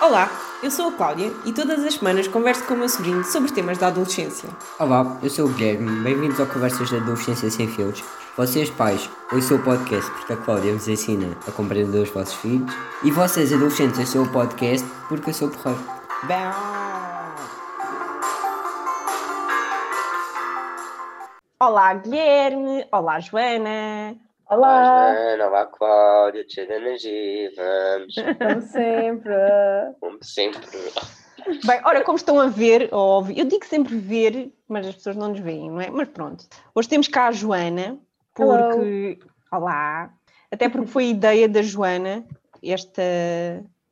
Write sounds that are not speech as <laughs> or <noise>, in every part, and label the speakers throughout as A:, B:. A: Olá, eu sou a Cláudia e todas as semanas converso com o meu sobrinho sobre temas da adolescência.
B: Olá, eu sou o Guilherme, bem-vindos ao Conversas da Adolescência Sem Filtros. Vocês pais, ouçam o podcast porque a Cláudia vos ensina a compreender os vossos filhos e vocês adolescentes ouçam o podcast porque eu sou porreiro.
A: Olá, Guilherme. Olá, Joana.
C: Olá,
D: Ana, olá Cláudia, cheia de energia, vamos,
C: como sempre.
D: como sempre.
A: Bem, ora, como estão a ver, ou a ouvir- eu digo sempre ver, mas as pessoas não nos veem, não é? Mas pronto. Hoje temos cá a Joana, porque. Olá! Até porque foi ideia da Joana esta,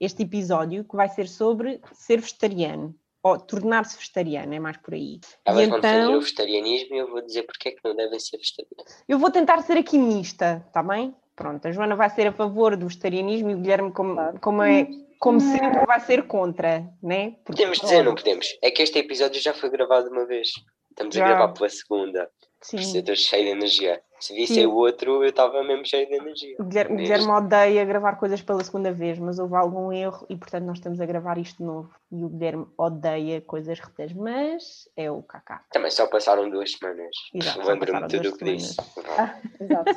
A: este episódio que vai ser sobre ser vegetariano, ou tornar-se vegetariano, é mais por aí.
D: Elas
A: e
D: vão defender
A: então,
D: o vegetarianismo e eu vou dizer porque é que não devem ser vegetarianos.
A: eu vou tentar ser aqui mista, está bem? Pronto, a Joana vai ser a favor do vegetarianismo e o Guilherme, como, como, é, como sempre, vai ser contra, né? Porque,
D: Podemos dizer, não
A: pronto,
D: podemos. É que este episódio já foi gravado uma vez. Estamos
A: Já.
D: a gravar pela segunda, por isso eu
A: Sim.
D: estou cheio de energia. Se visse
A: Sim.
D: o outro, eu estava mesmo cheio de energia.
A: O Guilherme, o
D: Este-
A: Guilherme odeia gravar coisas pela segunda vez, mas houve algum erro e, portanto, nós estamos a gravar isto de novo. E o Guilherme odeia coisas repetidas, mas é o Kaká.
D: Também só passaram duas semanas.
A: Exato, só
D: Lembro-me
A: passaram
D: de tudo
A: duas
D: o que disse.
C: Ah, exato.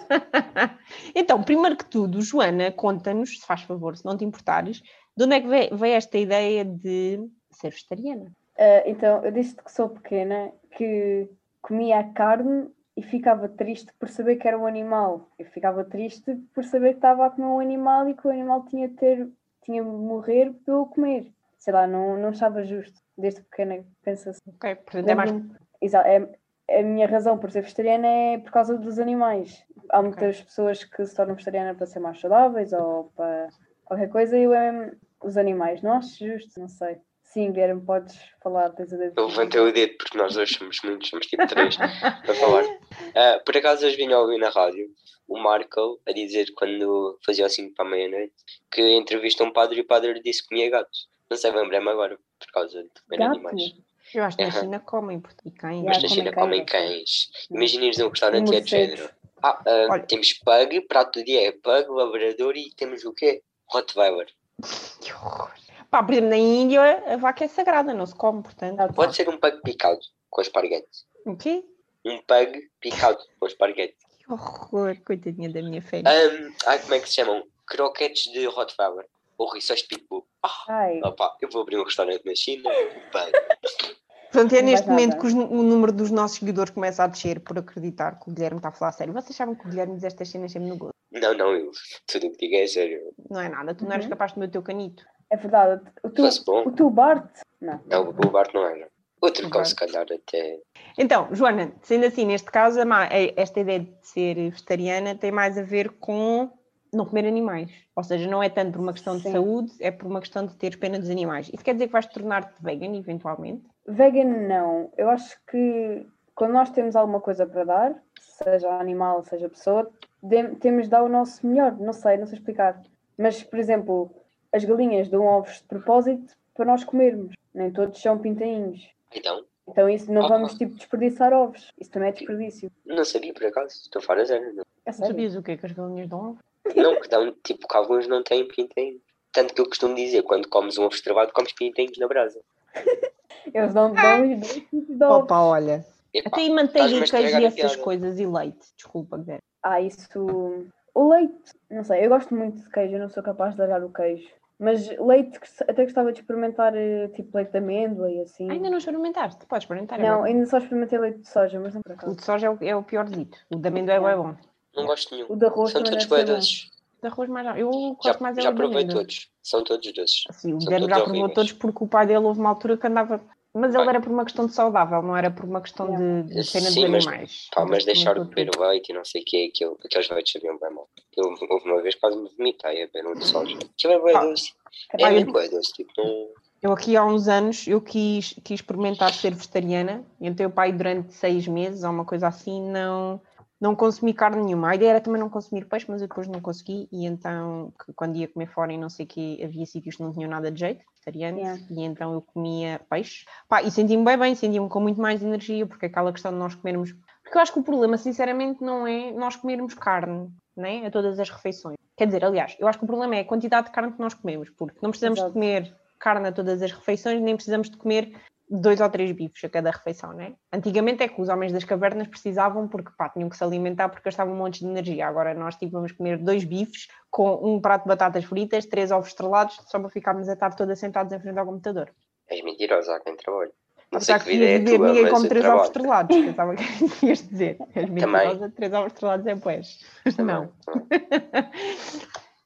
A: então, primeiro que tudo, Joana, conta-nos, se faz favor, se não te importares, de onde é que ve- veio esta ideia de ser vegetariana?
C: Ah, então, eu disse que sou pequena que comia a carne e ficava triste por saber que era um animal. Eu ficava triste por saber que estava a comer um animal e que o animal tinha de ter, tinha de morrer para eu comer. Sei lá, não, não achava justo. Desde pequena pensa assim.
A: Ok, portanto, é mais
C: Exato, é, a minha razão por ser vegetariana é por causa dos animais. Há muitas pessoas que se tornam vegetariana para ser mais saudáveis ou para qualquer coisa, eu é mesmo os animais. Não acho justo, não sei. Sim, Guilherme, podes falar, tens o dedo.
D: Eu levantei o dedo porque nós dois somos muitos, somos tipo
A: <laughs>
D: três para falar. Ah, por acaso hoje vinha a ouvir na rádio o Marco a dizer quando fazia o 5 para a meia-noite que entrevista um padre e o padre disse que comia gatos. Não sei, lembrei-me agora por causa de comer
C: Gato?
D: animais.
A: Eu acho que na
D: Aham.
A: China comem por- e cães.
D: Mas
C: Mas
D: na
C: comem
D: China comem cães. Imaginem-nos num restaurante e é de género. Ah, ah,
A: Olha.
D: temos pug, prato do dia é pug, labrador e temos o quê? Rottweiler.
A: Que horror! Pá, por exemplo, na Índia a vaca é sagrada, não se come, portanto.
C: Exato.
D: Pode ser um pug picado com esparguete.
A: O quê?
D: Um pug picado com esparguete.
A: Que horror! Coitadinha da minha fé.
D: Ahm, ai, como é que se chamam? Croquetes de Rottweiler. Ou rissóis de pitbull. Ah,
C: Ai,
D: opá, eu vou abrir um restaurante na China. Bem,
A: Portanto, é
C: Não vai
A: neste momento
C: nada.
A: que os nu- o número dos nossos seguidores começa a descer por acreditar que o Guilherme está a falar a sério. Vocês sabem que o Guilherme diz estas cenas sempre no gozo.
D: não, não, eu, tudo o que digo é sério.
A: Não é nada, tu não eres
C: Uhum.
A: capaz de comer o teu canito.
C: é verdade. O teu,
D: Fosse bom.
C: o teu Bart? Não.
D: Não, o Bart não era. Outro
A: O
D: cão,
A: Bart.
D: se calhar, até.
A: Então, Joana, sendo assim, neste caso, a ma- é- esta ideia de ser vegetariana tem mais a ver com não comer animais. Ou seja, não é tanto por uma questão de
C: Sim.
A: saúde, é por uma questão de ter pena dos animais. Isso quer dizer que vais tornar-te vegan, eventualmente?
C: Vegan não. Eu acho que quando nós temos alguma coisa para dar, seja animal, seja pessoa, dem- temos de dar o nosso melhor. Não sei, não sei explicar. Mas, por exemplo, as galinhas dão ovos de propósito para nós comermos. Nem todos são pintainhos.
D: Então,
C: Então isso não
D: Ah.
C: vamos tipo desperdiçar ovos. Isso também é desperdício.
D: não sabia por acaso. Estou fora zero. Não,
C: É
A: Não
C: sério.
A: Sabias o que é que as galinhas dão?
D: não que dão, tipo, que alguns não têm pintainhos. Tanto que eu costumo dizer, quando comes um ovo estrelado, comes pintainhos na brasa.
C: Eles dão dão e dão e dão ovos.
A: Opa, olha.
D: Epá,
A: Até e
D: estás-me a
A: manteiguicas
D: estragar
A: e
D: a
A: essas
D: piada.
A: coisas e leite. Desculpa, Guilherme.
C: Ah, isso. O leite, não sei, eu gosto muito de queijo, eu não sou capaz de largar o queijo. Mas leite, gost- até gostava de experimentar, eh, tipo, leite de amêndoa e assim.
A: Ainda não experimentaste? Podes experimentar agora.
C: Não, ainda só experimentei leite de soja, mas não por
A: O
C: acaso.
A: de soja é o, é o piorzito. O de amendoim é bué bom.
D: não gosto de nenhum.
C: O de arroz
D: São
C: também
D: todos
C: deve
D: bem
C: ser bom.
D: doces.
A: De arroz mais não. Eu gosto
D: Já,
A: mais é
D: já
A: o de
D: provei
A: amendoim.
D: todos. São todos doces.
A: Sim, Assim, o
D: São
A: Guilherme
D: todos
A: já provou
D: horríveis.
A: todos porque o pai dele houve uma altura que andava. Mas ele
D: Bem.
A: era por uma questão de saudável, não era por uma questão de, de pena
D: Sim,
A: dos
D: mas-
A: animais.
D: Pá, mas
A: Ele
D: deixar de
A: comentou
D: beber o leite e não sei o é que, aquilo, aqueles leites sabiam bem mal. Eu houve uma vez quase me vomitei a beber um de soja. Aquilo é bem
A: Pá,
D: doce. É
C: Caralho,
A: eu-
D: mesmo bem doce, tipo, não...
A: Eu aqui há uns anos eu quis, quis experimentar ser vegetariana, e então o pai durante seis meses ou uma coisa assim não, não consumi carne nenhuma. A ideia era também não consumir peixe, mas eu depois não consegui, e então que quando ia comer fora e não sei o que, havia sítios que não tinham nada de jeito, vegetariano,
C: Yeah.
A: e então eu comia peixe. Pá, e senti-me bem bem, senti-me com muito mais energia, porque é aquela questão de nós comermos. Porque eu acho que o problema, sinceramente, não é nós comermos carne, né? A todas as refeições. Quer dizer, aliás, eu acho que o problema é a quantidade de carne que nós comemos, porque não precisamos de
C: Exato.
A: comer carne a todas as refeições, nem precisamos de comer dois ou três bifes a cada refeição, não é? Antigamente é que os homens das cavernas precisavam porque pá, tinham que se alimentar porque gastavam um monte de energia. Agora nós tipo, vamos comer dois bifes com um prato de batatas fritas, três ovos estrelados, só para ficarmos a tarde toda sentados em frente ao computador.
D: És mentirosa, há quem trabalhe. Não sei
A: Já
D: que vida é
A: dizer
D: tua,
A: ninguém
D: mas
A: come
D: eu
A: três ovos
D: trabalho.
A: estrelados, pensava <laughs> que era isso que ias dizer. És
D: Também.
A: mentirosa, três ovos estrelados é pois.
D: Também,
A: Não. <laughs>
D: também.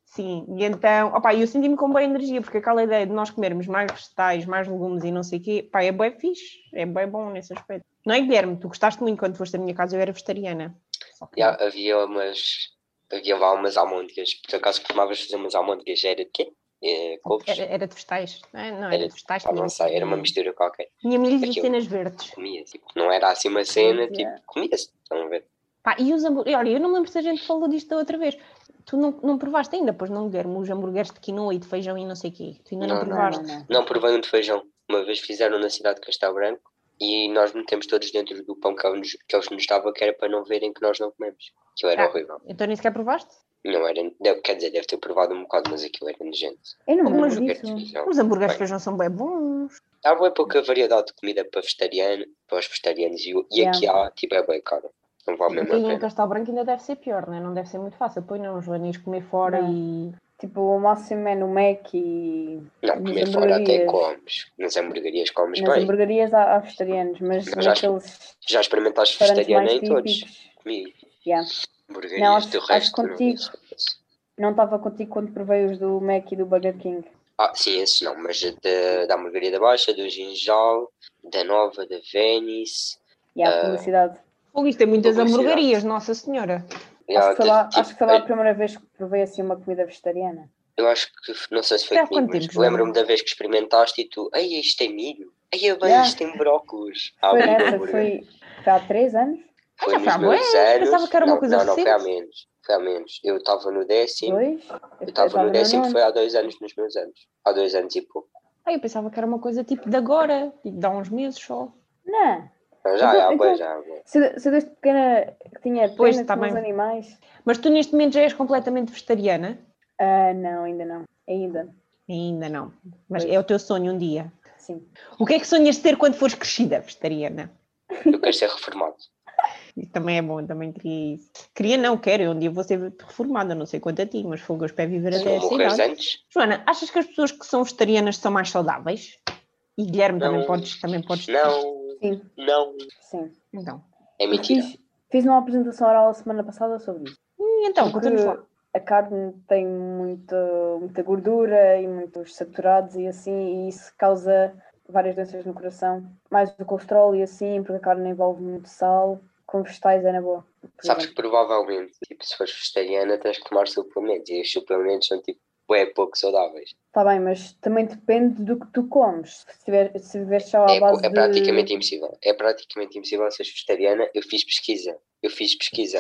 A: Sim, e então, opá, eu senti-me com boa energia, porque aquela ideia de nós comermos mais vegetais, mais legumes e não sei o quê, pá, é bem fixe, é bem bom nesse aspecto. Não é, Guilherme? Tu gostaste muito quando foste à minha casa, eu era vegetariana. Só que-
D: E há- havia umas. Havia lá umas almôndegas. Por acaso costumavas fazer umas almôndegas? Era de quê? É, couves?
A: Era, era de vegetais, não é? Não, era, assim.
D: Era-
A: de vegetais.
D: Ah, não
A: tínhamos-
D: sei, era uma mistura qualquer.
A: Tinha milho e
D: aquilo.
A: cenas verdes.
D: Comia, tipo, não era assim uma cena,
C: Comia.
D: tipo, comia-se. Estão a ver?
A: Pá, e os hambúrgueres, olha, eu não me lembro se a gente falou disto da outra vez. Tu não, não provaste ainda, pois não, Guilherme, os hambúrgueres de quinoa e de feijão e não sei o quê. Tu ainda não,
D: Não, não,
A: provaste.
D: Não, provei um de feijão. Uma vez fizeram na cidade de Castelo Branco e nós metemos todos dentro do pão que eles que eles nos davam, que era para não verem que nós não comemos. Aquilo era
A: Ah.
D: horrível.
A: Então nem sequer provaste?
D: Não era. deve- quer dizer, deve ter provado um bocado, mas aquilo era nojento.
C: Eu não me
A: Algumas
C: lembro
D: Hambúrguer de
C: disso.
D: feijão.
A: Os hambúrgueres de
D: Bem.
A: feijão são bem bons.
D: Há bem pouca variedade de comida para vegetariano, para os vegetarianos e, o- e
C: Yeah. então,
D: aqui há, tipo, é bem cara. Não vale
A: E
D: mesmo a
A: em
D: pena.
A: Castelo Branco ainda deve ser pior, né? não deve ser muito fácil. Pois não, Joana, ires comer fora
C: Não.
A: e.
C: Tipo, o máximo é no Mac e
D: Não,
C: nas
D: comer fora até
C: hamburguerias.
D: comes. Nas hamburguerias comes
C: nas
D: bem.
C: hamburguerias há, há vegetarianos, mas
D: Mas acho que
C: naqueles
D: Já experimentaste
C: restaurantes
D: vegetariano é
C: mais
D: em todos?
C: típicos.
D: Comi.
C: Yeah. Não,
D: Hamburguerias,
C: acho-
D: do
C: acho
D: resto. não
C: contigo.
D: sei.
C: Não estava contigo quando provei os do Mac e do Burger King.
D: Ah, sim, esses não, mas da, da Hamburgueria da Baixa, do Ginjal, da Nova, da Venice.
C: E há
D: Ah,
C: publicidade.
A: Fogo, isto tem muitas
D: Publicidade.
A: hamburguerias, Nossa Senhora.
D: e
C: Acho
D: há
C: que, foi lá,
D: de- tipo, eh,
C: acho que foi lá a primeira vez que provei assim uma comida vegetariana.
D: Eu acho que, não sei se foi
A: Há
D: comigo,
A: quanto
D: mas
A: tempo,
C: é?
A: Joana?
D: lembro-me da vez que experimentaste e tu, ei, isto tem milho, ei, bem,
C: Yeah.
D: isto tem brócolis. Ah,
C: Foi
D: bem,
C: nessa,
D: hambúrguer.
C: foi, foi há três anos,
D: Foi
A: já foi
D: nos
A: há bué,
D: meus anos.
A: pensava que era uma
D: não,
A: coisa
D: não, não, foi há
A: recente.
D: menos, foi há menos. Eu estava no décimo,
C: dois.
D: eu
C: estava
D: estava no
C: no
D: décimo,
C: nono.
D: foi há dois anos nos meus anos. Há dois anos e pouco.
A: Ah, eu pensava que era uma coisa tipo de agora, tipo de há uns meses só.
C: Não,
D: Mas Já,
C: Então-
D: já,
C: então-
D: já, já. bué.
C: se, se desde pequena que tinha pena
A: Pois,
C: com
A: tá
C: os
A: bem.
C: animais.
A: Mas tu neste momento já és completamente vegetariana?
C: Ah, não, ainda não. Ainda,
A: Ainda não. Mas
C: Pois.
A: é o teu sonho um dia.
C: sim.
A: O que é que sonhas ter quando fores crescida, vegetariana?
D: Eu quero ser reformado.
A: Isso também é bom, também queria isso. Queria, não, quero, eu um dia vou ser reformada, não sei quanto a ti, mas fogo, eu espero viver
D: Se
A: até
D: não
A: essa
D: morreres
A: idade.
D: antes,
A: Joana, achas que as pessoas que são vegetarianas são mais saudáveis? E Guilherme, também
D: Não.
A: podes, também podes.
D: não,
C: Sim,
D: não.
C: sim.
A: Então,
D: É
C: Eu
D: mentira.
C: Fiz, fiz uma apresentação oral a semana passada sobre isso.
A: Hum, então
C: Porque
A: conta-nos lá.
C: a carne tem muita, muita gordura e muitos saturados e assim, e isso causa várias doenças no coração. Mais o colesterol e assim, porque a carne envolve muito sal. Com vegetais é na boa. por
D: Sabes que
C: exemplo.
D: provavelmente, tipo, se fores vegetariana, tens que tomar suplementos. E os suplementos são, tipo, é pouco saudáveis.
C: Tá bem, mas também depende do que tu comes. Se tiver, se viveres só à
D: É, co-
C: base
D: é praticamente
C: de...
D: impossível. É praticamente impossível seres vegetariana. Eu fiz pesquisa. Eu fiz pesquisa.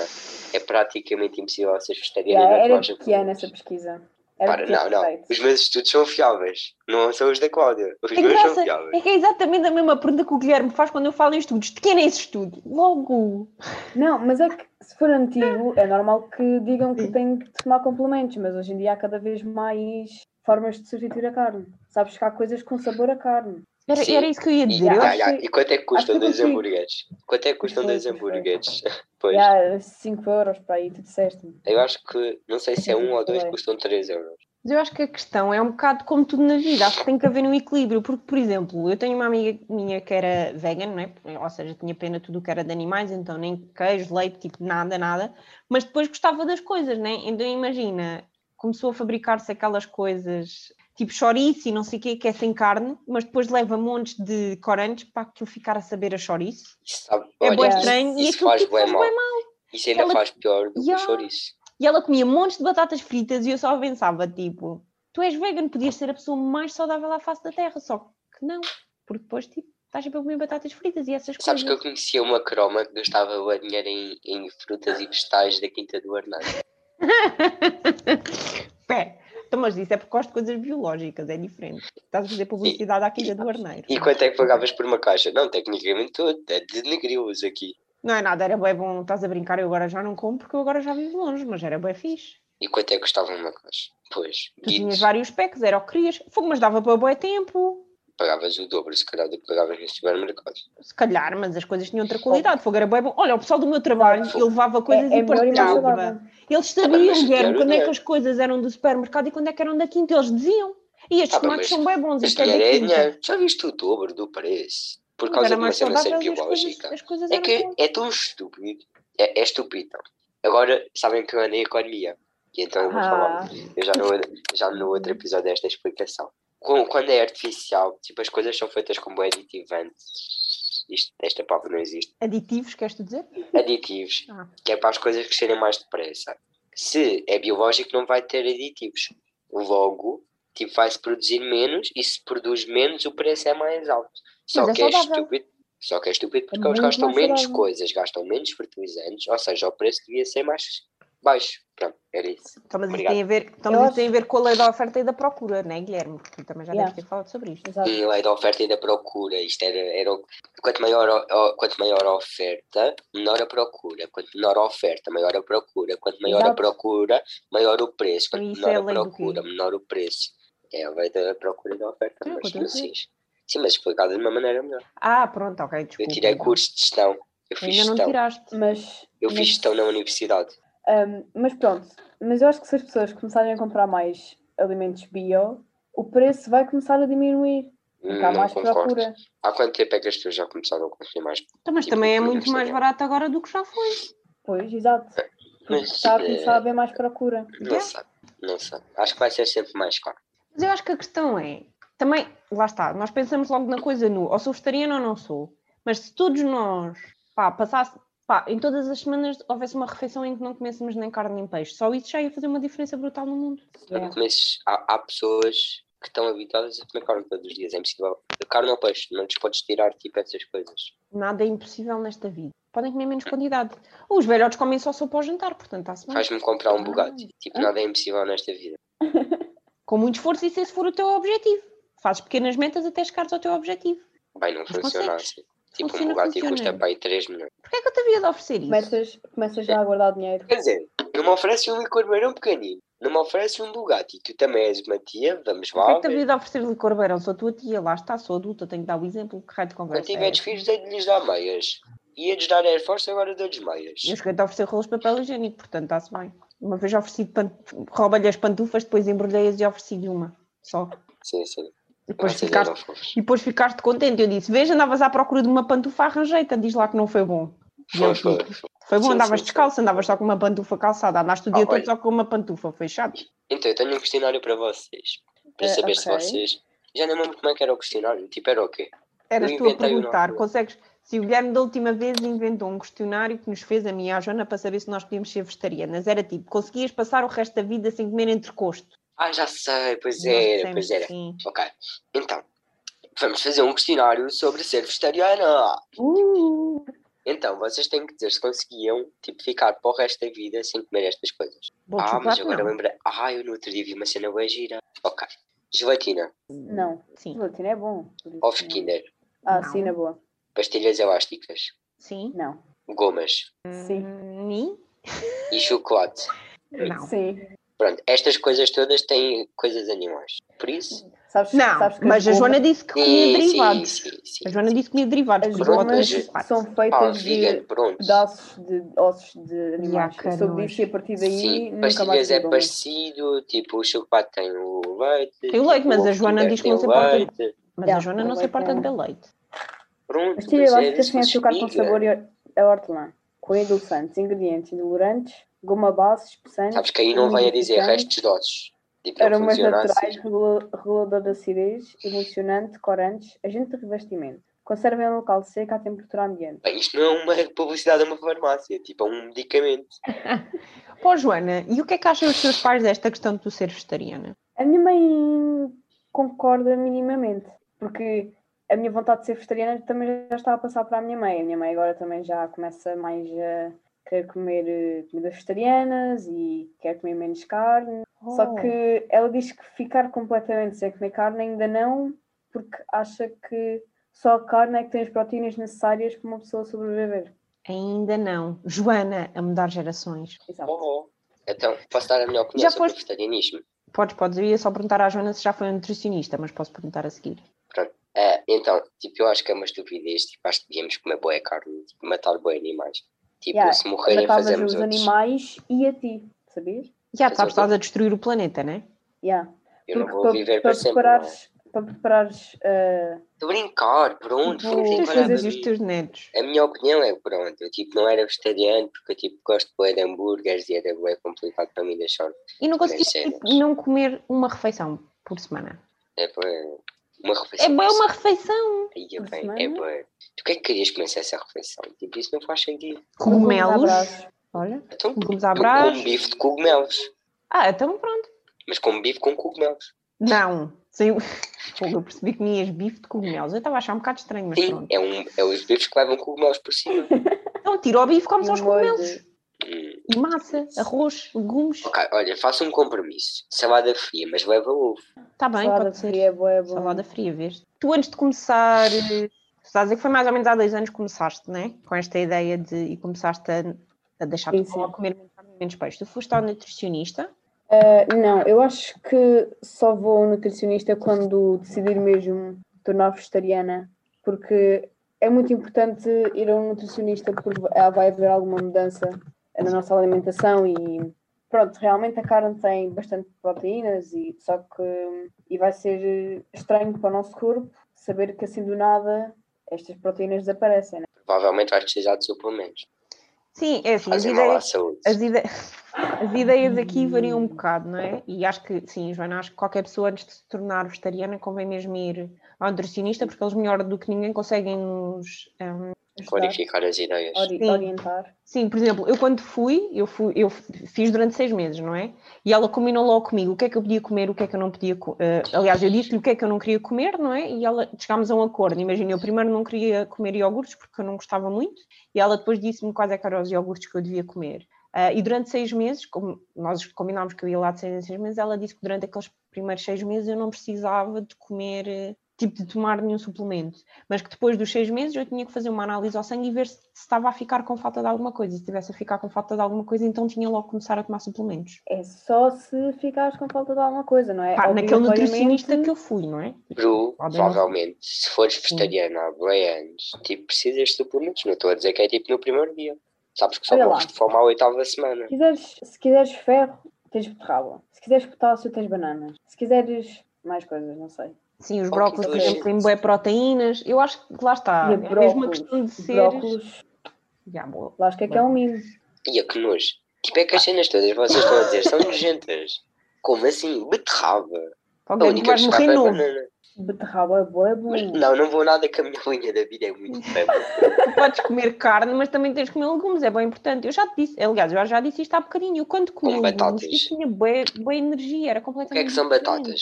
D: É praticamente impossível seres vegetariana.
C: Yeah,
D: e não
C: era
D: tomar
C: pequena
D: suplementos.
C: essa pesquisa. Era
D: Para,
C: pequeno
D: não, não.
C: site.
D: Os meus estudos são fiáveis. Não são os da Cláudia. Os
A: Que
D: meus são
A: graça,
D: fiáveis.
A: é que é exatamente a mesma pergunta que o Guilherme faz quando eu falo em estudos. De quem é esse estudo? Logo!
C: Não, mas é que se for antigo, é normal que digam que
A: Sim.
C: tem que tomar complementos, mas hoje em dia há cada vez mais formas de substituir a carne. Sabes que há coisas com sabor a carne.
A: Era,
D: Sim.
A: era isso que eu ia
D: E,
A: dizer. Eu
D: ah,
A: acho
D: ah,
C: que-
D: e quanto é que custam
C: acho que eu
D: dois
C: consigo.
D: hambúrgueres? Quanto é que custam
C: Foi,
D: dois
C: foi.
D: hambúrgueres? <laughs> Pois,
C: E há 5 euros para aí, tu disseste-me. É,
D: eu acho que, não sei se é um ou dois,
C: Foi.
D: custam três euros.
A: Mas eu acho que a questão é um bocado como tudo na vida, acho que tem que haver um equilíbrio, porque, por exemplo, eu tenho uma amiga minha que era vegan, não é? ou seja, tinha pena tudo o que era de animais, então nem queijo, leite, tipo nada, nada, mas depois gostava das coisas, né? Então imagina, começou a fabricar-se aquelas coisas tipo chouriço e não sei o quê, que é sem carne, mas depois leva montes de corantes para aquilo ficar a saber a chouriço.
D: Isso sabe,
A: É
D: olha,
A: bué
D: isso-
A: estranho e
D: isso
A: aquilo
D: faz
A: tipo,
D: bué
A: faz
D: mal.
A: bem mal.
D: Isso ainda
A: Ela-
D: faz pior do que o
A: Yeah.
D: chouriço.
A: E ela comia montes de batatas fritas e eu só pensava, tipo, tu és vegan, podias ser a pessoa mais saudável à face da terra, só que não, porque depois, tipo, estás sempre a comer batatas fritas e essas
D: Sabes que eu
A: coisas. <laughs>
D: conhecia uma croma que gastava o dinheiro em, em frutas e vegetais da Quinta do Arnaldo.
A: Pé. Então, mas isso é porque gosto de coisas biológicas, é diferente. Estás a fazer publicidade à quilha do Arneiro.
D: E quanto é que pagavas por uma caixa? Não, tecnicamente tudo. É denegriu-os aqui.
A: Não é nada, era bem bom, estás a brincar, eu agora já não como porque eu agora já vivo longe, mas era bem fixe.
D: E quanto é que custava uma coisa? Pois,
A: Tu tinhas
D: guides,
A: vários packs, era o que querias. Fogo, mas dava para bué tempo.
D: pagavas o dobro, se calhar, do que pagavas no supermercado.
A: Se calhar, mas as coisas tinham outra qualidade. Fogo, era bué bom. Olha, o pessoal do meu trabalho, eu levava coisas
C: é
A: e
C: melhor e mais
A: partilhava.
C: saudável.
A: Eles
D: Ah, mas
A: sabiam,
D: dinheiro
A: Guilherme,
D: é
A: quando é que
D: dinheiro.
A: as coisas eram do supermercado e quando é que eram da quinta. Eles diziam. E estes
D: Ah, bem,
A: tomates
D: mas
A: são bem bons.
D: Mas
A: Isto é
D: dinheiro
A: da
D: é
A: quinta.
D: dinheiro. Já viste o dobro do preço? Por
A: Mas
D: causa de
A: era
D: uma
A: mais
D: cena
A: saudável
D: sempre
A: e as coisas,
D: biológica.
A: as coisas
D: É
A: eram
D: que
A: boas.
D: é tão estúpido. É, é estúpido. não. Agora sabem que eu andei em economia. E então eu vou
A: Ah,
D: falar. Eu já no, já no outro episódio desta explicação. Com- quando é artificial, tipo, as coisas são feitas com bom aditivante. Isto, esta palavra não existe.
A: aditivos, queres tu dizer?
D: Aditivos.
A: Ah.
D: Que é para as coisas crescerem mais depressa. Se é biológico, não vai ter aditivos. Logo, tipo, vai-se produzir menos e se produz menos, o preço é mais alto. Só
A: Mas é
D: que é,
A: saudável.
D: estúpido. Só que é estúpido porque eles
C: muito
D: gastam
C: mais
D: menos
C: saudável.
D: coisas, gastam menos fertilizantes, ou seja, o preço devia ser mais baixo. Pronto, era isso.
A: Então, mas isso
D: Obrigado.
A: tem a ver, então, mas
C: Eu
A: isso
C: acho-
A: tem a ver com a lei da oferta e da procura, não é, Guilherme? Porque tu também já
C: Yeah.
A: deves ter falado sobre isto.
C: Exato.
D: E a lei da oferta e da procura. Isto era, era o- quanto, maior, o- o- quanto maior a oferta, menor a procura. Quanto menor a oferta, maior a procura. Quanto maior a
C: Exato.
D: procura, maior o preço. Quanto
A: Isso é
D: menor
A: a
D: a
A: lei do quê?
D: procura, menor o preço. É a lei da procura e da oferta.
A: Ah,
D: mas
A: continua a
D: sim, sim, mas explicado de uma maneira melhor.
A: Ah, pronto, ok,
D: Eu
A: desculpa.
D: tirei
A: então.
D: curso de gestão. Eu fiz
A: Ainda não
D: gestão.
A: tiraste.
C: Mas,
D: Eu fiz
C: mas-
D: gestão na universidade.
C: Um, mas pronto, mas eu acho que se as pessoas começarem a comprar mais alimentos bio, o preço vai começar a diminuir.
A: Então tá
D: Hum,
C: Porque há
D: Não
C: mais
D: concordo.
C: procura.
D: Há quanto tempo é que as pessoas já começaram a consumir mais?
A: Então, mas
D: Tipo,
A: também é
D: por
A: muito
D: exemplo,
A: mais
D: sei lá.
A: barato agora do que já foi.
C: Pois, exato. Porque
D: Mas,
C: está a
D: eh,
C: começar a haver mais procura.
D: Não sei, não sei. Acho que vai ser sempre mais caro.
A: Mas eu acho que a questão é, também, lá está, nós pensamos logo na coisa no, ou sou vegetariana ou não sou. Mas se todos nós, pá, passasse, pá, em todas as semanas houvesse uma refeição em que não comêssemos nem carne nem peixe, só isso já ia fazer uma diferença brutal no mundo.
C: Yeah.
D: Mas há, há pessoas que estão habituadas a comer carne todos os dias, é impossível. Carne ou peixe, não lhes podes tirar tipo essas coisas.
A: Nada é impossível nesta vida. Podem comer menos quantidade. Os velhotes comem só sopa ao jantar, portanto está-se bem.
D: Faz-me comprar um
A: Ah.
D: Bugatti. Tipo, nada é impossível nesta vida.
A: Com muito esforço e se esse for o teu objetivo. Fazes pequenas metas até chegares ao teu objetivo.
D: Bem, não
A: Mas
D: funciona
A: consegues.
D: assim. Tipo, um
A: Funciona,
D: Bugatti
A: funciona.
D: custa para aí 3 milhões.
A: Porquê é que eu te havia de oferecer isso?
C: Começas, começas
D: É.
C: já a guardar dinheiro.
D: Quer dizer, não me oferece um licor beirão pequenino, não me oferece um Bugatti. Tu também és uma tia, vamos
A: Porquê é
D: lá.
A: que te
D: ver.
A: havia de oferecer licor beirão? Sou tua tia, lá está, sou adulta, tenho que dar o exemplo, que raio de
D: Quando
A: conversa é
D: tiveres
A: essa?
D: filhos, hei de lhes dar meias. Ia-lhes dar Air Force, agora dou-lhes meias.
A: Eu cheguei a oferecer rolos de papel higiênico, portanto está-se bem. Uma vez ofereci, pan- roubei-lhe as pantufas, depois embrulhei-as e ofereci-lhe uma, só.
D: Sim, sim.
A: E depois,
D: Vocês
A: ficaste,
D: eram fofos.
A: e depois ficaste contente, eu disse, veja, andavas à procura de uma pantufa, arranjei-te, diz lá que não foi bom. E eu,
D: Foi, foi, foi.
A: Foi bom,
D: Sim,
A: andavas
D: sim, sim.
A: descalço, andavas só com uma pantufa calçada, andaste o dia
D: Ah,
A: todo
D: olha.
A: só com uma pantufa, foi chato.
D: Então, eu tenho um questionário para vocês. Para
C: Eh,
D: saber se
C: ok.
D: vocês. Já não me lembro como é que era o questionário. Tipo, era o quê?
A: Eras
D: Eu
A: tu a
D: inventei o
A: perguntar,
D: nome.
A: consegues? Se o Guilherme da última vez inventou um questionário que nos fez a mim e à Joana para saber se nós podíamos ser vegetarianas, era tipo, conseguias passar o resto da vida sem comer entrecosto?
D: Ah, já sei, pois
A: E nós
D: era,
A: dissemos
D: pois era.
A: que Sim.
D: Ok. Então, vamos fazer um questionário sobre ser vegetariana.
C: Uh,
D: Então, vocês têm que dizer se conseguiam, tipo, ficar para o resto da vida sem comer estas coisas.
A: Bom,
D: ah, mas
A: chocolate
D: agora
A: não.
D: lembrei. Ah, eu no outro dia vi uma cena bem gira. Ok. Gelatina,
C: não,
A: Sim.
C: gelatina é bom.
D: ovos Kinder,
C: Ah,
A: Não.
C: sim, na boa.
D: pastilhas elásticas,
A: Sim.
C: Não.
D: gomas
A: Hum,
C: Sim.
A: Ni?
D: e chocolate. É.
A: Não.
C: Sim.
D: Pronto, estas coisas todas têm coisas animais. Por isso.
C: Sabes,
A: Não,
C: sabes que
A: mas a
C: as
A: Joana é
C: gomas,
A: disse que comia
D: sim,
A: derivados.
D: sim, sim.
A: A Joana disse que comia derivados.
C: as
A: por isso não
D: gomas
A: comia
C: gomas
A: chocolate.
C: são
D: Pá,
C: feitas
D: vegan,
C: de
D: pronto.
C: pedaços de ossos de animais.
A: cara,
C: Eu soube
A: nojo.
C: disso e a partir daí
D: Sim,
C: nunca mais
D: pastilhas é
C: comi gomas.
D: parecido, tipo, o chocolate tem o leite. tipo,
A: Tem o leite, mas
D: o
A: a Joana
D: Kinder
A: diz que não
D: tem
A: se importa.
D: leite.
A: Mas a
C: Yeah,
A: Joana não
C: não
A: se
C: vai
A: importa de
C: ter.
A: beber leite.
D: Pronto,
C: Pastilha
D: mas é
C: elástica
D: disso
C: sem
D: que se
C: açúcar assim, um com
D: liga.
C: sabor e- a hortelã, com endulçantes, ingredientes edulcorantes, goma base, espessantes.
D: Sabes que aí não
A: é
D: vai a dizer
C: umidificantes,
D: restos de ossos. Tipo, não
C: Aromas
D: funciona
C: naturais,
D: assim.
C: regula- regulador de acidez, emulsionante, corantes, agente de revestimento. Conservem em local seco à temperatura ambiente.
D: Bem, isto não é uma publicidade a uma farmácia, tipo, é um medicamento.
A: Pô, Joana, e o que é que acham os teus pais desta questão de tu ser vegetariana?
C: A minha mãe concorda minimamente, porque a minha vontade de ser vegetariana também já está a passar para a minha mãe. A minha mãe agora também já começa mais a querer comer eh, comidas vegetarianas e quer comer menos carne. Só
A: Oh.
C: que ela diz que ficar completamente sem comer carne ainda não, porque acha que só a carne é que tem as proteínas necessárias para uma pessoa sobreviver.
A: Ainda não. Joana, a mudar gerações.
C: Exato.
D: Oh, oh. Então, posso dar a minha opinião
A: Já
D: sobre
A: foste-
D: o vegetarianismo?
A: Podes, podes. Eu ia só perguntar à Joana se já foi um nutricionista, mas posso perguntar a seguir.
D: É, então, tipo, eu acho que é uma estupidez, tipo, acho que devíamos comer boa carne, tipo, matar boa animais. Tipo,
C: Yeah,
D: se morrerem
C: Matavas
D: fazemos
C: os
D: outros.
C: animais e a ti, sabias?
A: Já sabes,
D: Mas eu vou-
A: estás a destruir o planeta, né?
C: Yeah.
D: Eu não
C: Porque
D: vou
C: para,
D: viver
C: para
D: para sempre. não. é?
C: preparares, para preparares ah,
D: Estou a brincar, pronto,
C: Vou-
A: Tens
D: vamos
A: de
C: Sim, para
A: fazer
D: parar
C: fazes
A: isto
D: de-
A: dos teus netos.
D: A minha opinião é pronto, eu tipo, não era vegetariano porque eu tipo, gosto bué de hambúrgueres e era bué complicado para mim deixar.
A: E não consegui
D: cenas.
A: tipo, não comer uma refeição por semana.
D: É bué, uma
A: É
D: refeição.
A: bem
D: por
A: uma refeição.
D: semana. Aí,
C: Por
D: bem, é
C: semana?
D: bué. Tu o que é que querias comer se essa refeição? Tipo, isso não faz sentido.
C: legumes
A: Cogumelos.
C: à brás.
A: Olha.
D: Então,
A: Legumes
D: eu
A: à brás.
D: como bife de cogumelos,
A: Ah, então pronto.
D: mas como bife com cogumelos.
A: Não. Sim. <laughs> Fogo, Eu percebi que comias bife de cogumelos. Eu estava a achar um bocado estranho, mas
D: Sim,
A: pronto.
D: é, um, é os bifes que levam cogumelos por cima.
A: Então tira o bife, come só os
C: Um molho.
A: cogumelos.
D: Hum,
A: E massa, arroz, legumes.
D: ok, olha, faça um compromisso. Salada fria, mas leva ovo.
A: Está Tá bem,
C: Salada
A: pode ser.
C: fria é boa, é boa.
A: Salada fria, vês? Tu antes de começar, eh, estás a dizer que foi mais ou menos há dois anos que começaste, né? Com esta ideia de e começaste a, a deixar de
C: Sim,
A: comer-
C: sim.
A: comer menos carne, menos peixe. Tu foste ao nutricionista,
C: Ah, não, eu acho que só vou ao nutricionista quando decidir mesmo tornar vegetariana, porque é muito importante ir a um nutricionista porque ah, vai haver alguma mudança na nossa alimentação e pronto, realmente a carne tem bastante proteínas e só que e vai ser estranho para o nosso corpo saber que assim do nada estas proteínas desaparecem, né?
D: Provavelmente vais precisar de suplementos.
A: Sim, é assim, as
D: Fazem mal à
A: ideias,
D: saúde.
A: as, ide- as ideias aqui variam um bocado, não é? E acho que, sim, Joana, acho que qualquer pessoa antes de se tornar vegetariana convém mesmo ir ao nutricionista, porque eles melhor do que ninguém conseguem nos
C: Ajudar,
D: Clarificar as ideias.
C: ori-
A: Sim.
C: orientar.
A: Sim, por exemplo, eu quando fui, eu fui, eu f- fiz durante seis meses, não é? E ela combinou logo comigo o que é que eu podia comer, o que é que eu não podia comer. aliás, eu disse-lhe o que é que eu não queria comer, não é? E ela chegámos a um acordo. Imagina, eu primeiro não queria comer iogurtes porque eu não gostava muito, e ela depois disse-me quais é que eram os iogurtes que eu devia comer. Ah, e durante seis meses, como nós combinámos que eu ia lá de seis em seis meses, ela disse que durante aqueles primeiros seis meses eu não precisava de comer, eh, tipo, de tomar nenhum suplemento mas que depois dos seis meses eu tinha que fazer uma análise ao sangue e ver se se estava a ficar com falta de alguma coisa. Se estivesse a ficar com falta de alguma coisa, então tinha logo que começar a tomar suplementos.
C: É só se ficares com falta de alguma coisa, não é?
A: Pá, naquele
C: Obrigatoriamente-
A: nutricionista que eu fui, não é?
D: Provavelmente, se fores vegetariano há bué anos, tipo, precisas de suplementos. Não estou a dizer que é tipo no primeiro dia. Sabes que só
C: Olha lá.
D: morres de fome à oitava semana.
C: quiseres, se quiseres ferro, tens beterraba. Se quiseres potássio, tens bananas. Se quiseres mais coisas, não sei.
A: Sim, os
D: Ok,
A: brócolis, por
C: então,
A: exemplo, têm boé proteínas. Eu acho que lá está. É
C: E a
A: mesmo a
C: brócolis,
A: questão de ser.
C: Brócolos,
A: Ya, boa.
C: lá acho que é que é um mimo.
D: E a que nojo. Tipo, é que as cenas todas vocês estão a dizer são nojentas. Como assim? Beterraba. A
A: Qualquer que
D: única
A: vais
D: que
A: morrer
D: escapa é
A: novo.
D: banana.
C: Beterraba é boa, é bom.
D: Mas
A: Hum.
D: não, não vou nada que a minha linha da vida é
A: <laughs>
D: muito febre.
A: Tu podes comer carne, mas também tens de comer legumes, é bem importante. Eu já te disse, aliás, eu já disse isto há bocadinho. Eu quando comia
D: Com
A: legumes,
D: batatas.
A: eu tinha boa, boa energia, era
D: O que é
A: completamente.
D: que são batatas?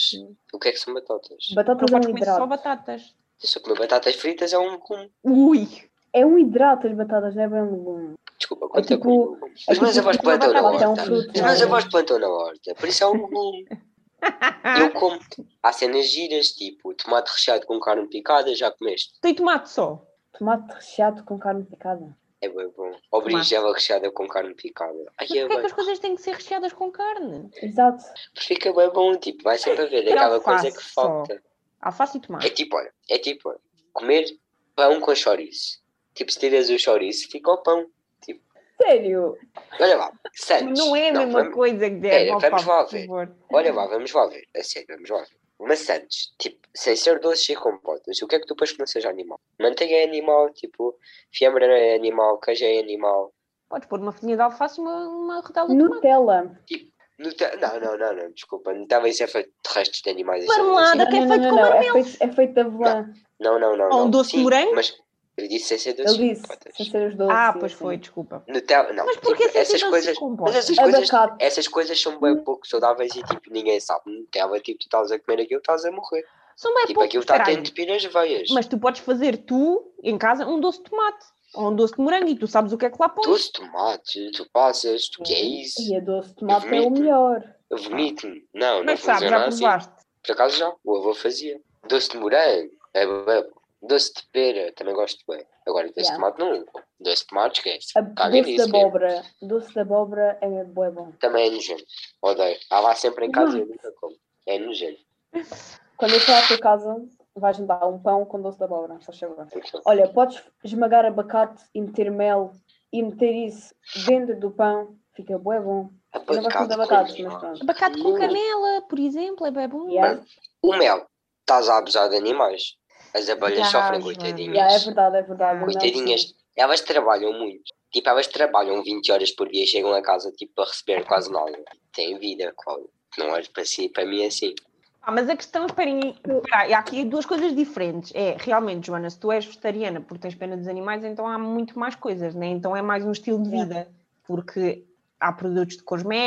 D: O que é que são batatas?
A: Não
C: Batatas é
A: podes
C: um
A: comer só
C: hidrato.
A: batatas.
D: Se eu comer batatas fritas é um legume.
A: Ui!
C: É um hidrato as batatas, não é bem um
A: É
C: legume.
D: Desculpa, conta
C: tipo-
D: com legumes. Os meus
C: tipo
D: avós
A: uma
D: plantam na
A: batata,
C: é um
D: horta.
C: fruto,
D: Os
C: não é?
D: meus avós plantam na horta. Por isso é um
A: <laughs>
D: legume. Eu como. Há cenas giras, tipo tomate recheado com carne picada, já comeste.
A: Tem tomate só.
C: Tomate recheado com carne picada.
D: É bem bom. Ou berinjela recheada com carne picada. Ai, é
A: Porquê é que
D: bem.
A: as coisas têm que ser recheadas com carne?
C: Exato.
D: Fica bem bom, tipo, vai sempre haver
A: E
D: aquela coisa
A: alface
D: que
A: só.
D: falta.
A: Ah, Alface e
D: É
A: tomate.
D: tipo, olha, é tipo, olha, comer pão com chouriço. Tipo, se tiras o chouriço, fica o pão.
C: Sério?
D: Olha lá, Santos.
A: Não é a mesma
D: vamos-
A: coisa que der.
D: Pera,
A: Opa,
D: vamos lá
A: por
D: ver.
A: favor.
D: Olha lá, vamos lá ver. A sério, vamos lá ver. Maçãs, tipo, sem ser doces e compotas, o que é que tu pões que não seja animal? Manteiga é animal, tipo, fiambre é animal, queijo é animal,
A: Podes pôr uma folhinha de alface e uma, uma rodela de tomate.
C: Nutella.
D: Nute- Não, não, não, não, desculpa. Nutella isso é feito de restos de animais. isso é
A: Marmelada.
D: assim.
A: que é feito com
C: É feito, é feito de avelã.
D: Não, não, não.
A: Ou um
D: não.
A: doce de
D: Sim,
A: morango?
D: Mas eu disse sem ser doce.
C: Ele disse,
D: potas.
C: sem ser os doces.
A: Ah,
C: e
A: pois
C: assim.
A: foi, desculpa.
D: Nutella, não.
A: Mas porquê sem
D: tipo,
A: ser
D: essas
A: doce
D: coisas,
A: com
D: mas essas
C: bosta?
D: coisas,
C: Abacate.
D: essas coisas são bem pouco saudáveis e tipo, ninguém sabe. Nutella, tipo, tu estás a comer aquilo, estás a morrer.
A: São bem
D: tipo,
A: É pouco,
D: aquilo está a te
A: caralho.
D: entupir as veias.
A: Mas tu podes fazer tu, em casa, um doce de tomate. Ou um doce de morango e tu sabes o que é que lá pões.
D: Doce de tomate, tu passas, tu que é isso?
C: E a doce de tomate é o
D: Vomito.
C: melhor.
D: Eu vomito-me. Não,
A: Como é
D: não
A: que sabes?
D: funciona
A: Já
D: assim.
A: provaste?
D: Por acaso já, o avô fazia. Doce de morango, é bem bom. Doce de pera, também gosto bem. Agora, doce
C: Yeah.
D: de tomate não. Doce de tomate, esquece.
C: A
D: Caguem
C: doce de
D: nisso. mesmo.
C: abóbora. Doce de abóbora é mesmo bué bom.
D: Também é nojento. Odeio. Há lá sempre em casa e eu nunca como. É nojento.
C: Quando eu for à tua casa, vais me dar um pão com doce de abóbora, se faz favor.
D: Então,
C: Olha, podes esmagar abacate e meter mel e meter isso dentro do pão. Fica bué bom. Eu não gosto muito de abacates, mas pronto.
A: Abacate com
D: Hum.
A: canela, por exemplo, é bem bom.
C: Yeah.
D: O mel. Estás a abusar de animais. As abelhas
A: Já,
D: sofrem,
A: Joana.
D: coitadinhas.
C: Yeah, é verdade, é verdade. Não,
D: Coitadinhas. Elas trabalham muito. Tipo, elas trabalham 20 horas por dia e chegam a casa tipo, a receber quase nada. Tem vida, Cláudio. Não olho para si, para mim é assim.
A: Ah, mas a questão, esperem, espera, há aqui duas coisas diferentes. É, realmente, Joana, se tu és vegetariana porque tens pena dos animais, então há muito mais coisas, né? Então é mais um estilo de
C: Yeah.
A: vida, porque há produtos de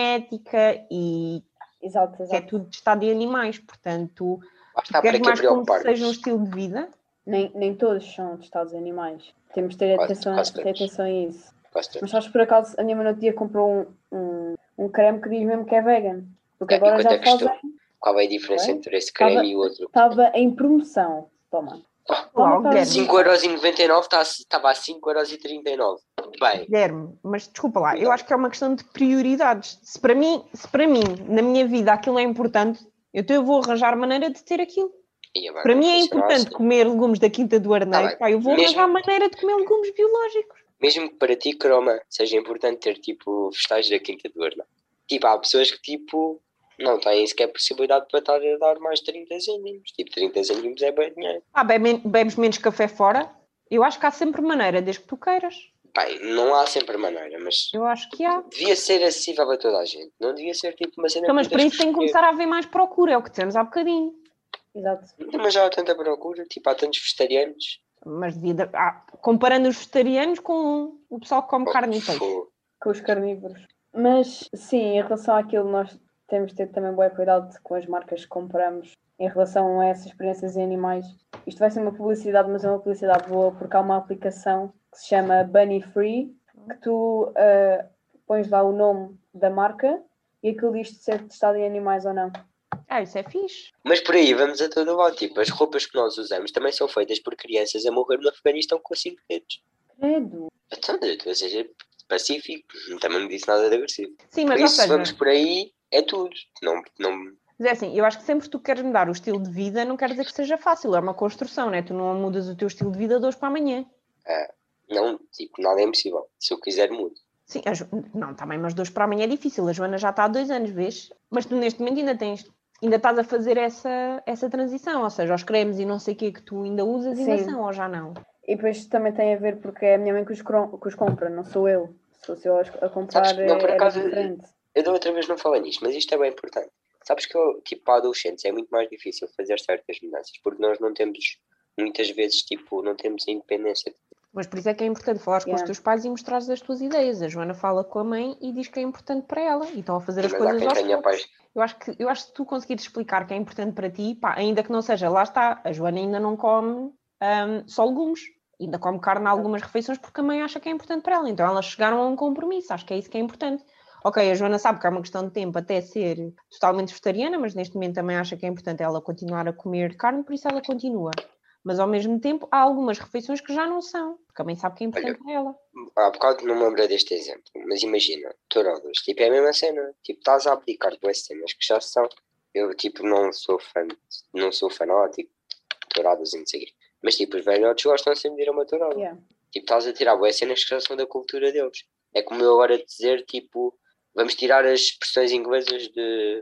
A: cosmética e
C: Exato,
A: isso é
C: exato.
A: tudo de estado de animais, portanto,
D: Lá está para
A: queres
D: que
A: mais como que seja um
D: preocupar-nos.
A: estilo de vida?
C: Nem, nem todos são testados em animais. Temos de ter
D: Quase-
C: atenção,
D: quase
C: ter
D: todos.
C: atenção a isso.
D: Quase todos.
C: Mas sabes que por acaso a minha mãe no outro dia comprou um, um, um creme que diz mesmo que é vegan. Porque
D: É, e
C: agora
D: quanto
C: já
D: é que custou?
C: fazem.
D: Qual é a diferença
C: Bem,
D: entre esse
C: estava-
D: creme e o outro?
C: Estava em promoção. Toma.
D: Ah,
A: Olá, o
C: tá.
A: Guilherme.
D: 5,99€ estava tá, a 5,39€. Bem,
A: Guilherme, mas desculpa lá, eu acho que é uma questão de prioridades. Se para mim, se para mim, na minha vida, aquilo é importante, então eu vou arranjar maneira de ter aquilo.
D: ia bem,
A: Para mim é
D: funcionar
A: importante
D: assim.
A: comer legumes da Quinta do Arneiro,
D: Tá bem.
A: pá, eu vou
D: Mesmo-
A: arranjar maneira de comer legumes biológicos.
D: Mesmo que para ti, croma, seja importante ter tipo vegetais da quinta do Arnão. Tipo, há pessoas que tipo não têm sequer possibilidade para estar a dar mais 30 cêntimos. Tipo, 30 cêntimos é bem dinheiro.
A: Ah, bebe- bebes menos café fora? Eu acho que há sempre maneira, desde que tu queiras.
D: Bem, não há sempre maneira, mas
A: Eu acho que há.
D: devia ser acessível a toda a gente. Não devia ser tipo uma cena
A: Então, mas
D: que
A: para
D: tens
A: isso tem que
D: escolher.
A: começar a haver mais procura, é o que temos há bocadinho.
C: Exato.
D: Mas já há tanta procura, tipo, há tantos vegetarianos.
A: Mas devia dar- ah, comparando os vegetarianos com o pessoal que come carne e peixe.
D: Oh, Fogo.
C: com os carnívoros. Mas sim, em relação àquilo, nós temos de ter também bom cuidado com as marcas que compramos em relação a essas experiências em animais. Isto vai ser uma publicidade, mas é uma publicidade boa, porque há uma aplicação que se chama Bunny Free, que tu ah, pões lá o nome da marca e aquilo diz se é testado em animais ou não.
A: Ah, isso é fixe.
D: Mas por aí vamos a todo lado. Tipo, as roupas que nós usamos também são feitas por crianças a morrer no Afeganistão com cinco dedos.
C: Credo!
D: Então, eu estou a ser pacífico, também não disse nada de agressivo.
A: Sim,
D: Por
A: mas ou
D: isso, se
A: seja,
D: vamos por aí, é tudo. Não, não...
A: mas é assim, eu acho que sempre que tu queres mudar o estilo de vida, não quer dizer que seja fácil, é uma construção, né? Tu não mudas o teu estilo de vida de hoje para amanhã.
D: Não, tipo, nada é impossível. Se eu quiser, mudo.
A: Sim, a Jo- não, também, mas dois para amanhã é difícil. A Joana já está há dois anos, vês? Mas tu neste momento ainda tens, ainda estás a fazer essa, essa transição, ou seja, os cremes e não sei o que que tu ainda usas ainda
C: Sim.
A: são, ou já não.
C: E depois também tem a ver porque é a minha mãe que os, cro- que os compra, não sou eu. Se fosse eu a comprar,
D: Sabes que não, por
C: era
D: acaso,
C: diferente.
D: Eu da outra vez não falei nisto, mas isto é bem importante. Sabes que, eu, tipo, para adolescentes é muito mais difícil fazer certas mudanças, porque nós não temos, muitas vezes, tipo, não temos a independência.
A: Mas por isso é que é importante falar com os
C: Yeah.
A: teus pais e mostrar as tuas ideias. A Joana fala com a mãe e diz que é importante para ela e estão a fazer as
D: Mas há
A: coisas
D: quem
A: aos
D: tenha
A: poucos.
D: pais.
A: Eu acho que eu acho que se tu conseguires explicar que é importante para ti, pá, ainda que não seja, lá está, a Joana ainda não come hum, só legumes, ainda come carne a algumas refeições porque a mãe acha que é importante para ela. Então elas chegaram a um compromisso, acho que é isso que é importante. Ok, a Joana sabe que é uma questão de tempo até ser totalmente vegetariana, mas neste momento também acha que é importante ela continuar a comer carne, por isso ela continua. Mas ao mesmo tempo há algumas refeições que já não são, porque a mãe sabe que é importante para ela.
D: Há bocado não me lembro deste exemplo, mas imagina, touradas, tipo, é a mesma cena, tipo, estás a aplicar duas cenas que já são, eu, tipo, não sou fã, não sou fanático de touradas e não sei o quê, mas, tipo, os velhotes gostam sempre de ir a uma tourada,
C: Yeah.
D: tipo, estás a tirar boas cenas que já são da cultura deles, é como eu agora dizer, tipo, vamos tirar as expressões inglesas de,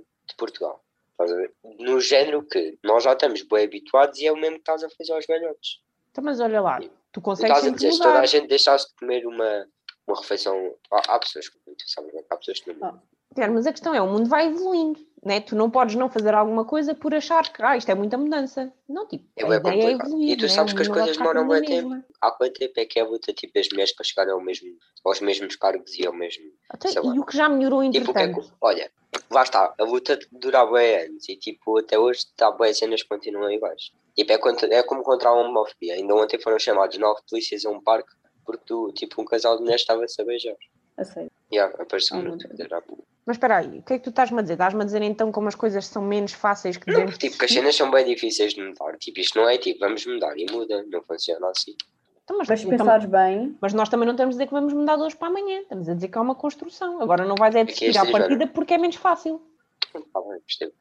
D: de Portugal, estás a ver? No género que nós já estamos bem habituados e é o mesmo que estás a fazer aos velhotes.
A: Então, mas olha lá, tu
D: Não
A: consegues
D: estás a
A: sempre
D: dizer, se toda
A: mudar.
D: a gente deixasse de comer uma, uma refeição. Há, há pessoas que não sabem, há pessoas que não.
C: Ah.
A: Claro, mas a questão é, o mundo vai evoluindo, né? Tu não podes não fazer alguma coisa por achar que ah, isto é muita mudança. Não, tipo,
D: É
A: a
D: bué
A: ideia
D: complicado. E tu
A: né?
D: sabes
A: O
D: que as
A: mundo não vai
D: coisas
A: ficar
D: demoram
A: tudo na
D: bué tempo.
A: mesma.
D: Há quanto tempo é que é a luta tipo, das mulheres para chegar ao mesmo, aos mesmos cargos e ao mesmo.
A: Então,
D: sei lá.
A: e o que já melhorou
D: Tipo, o que é que-
A: entretanto?
D: olha, lá está, a luta dura bem anos e tipo, até hoje está bem, cenas continuam iguais. Tipo, é, contra- é como contra a homofobia. Ainda ontem foram chamados nove polícias a um parque porque tu, tipo, um casal de mulheres estava a beijar.
C: Eu sei.
D: E yeah, apareceu
C: Oh,
D: no
C: meu Deus.
D: Twitter há pouco.
A: Mas espera aí, o que é que tu estás-me a dizer? Estás-me a dizer então como as coisas são menos fáceis que
D: Não,
A: dizemos
D: tipo,
A: que
D: que as
A: sim?
D: cenas são bem difíceis de mudar. Tipo, isto não é tipo, vamos mudar e muda. Não funciona assim.
A: Então, mas,
C: Mas se
A: então-
C: pensares bem,
A: mas nós também não estamos a dizer que vamos mudar de hoje para amanhã. Estamos a dizer que é uma construção. Agora não vais é
D: Aqui é
A: desistir à
D: seis, olha.
A: partida porque é menos fácil.
D: Tá bem, percebo.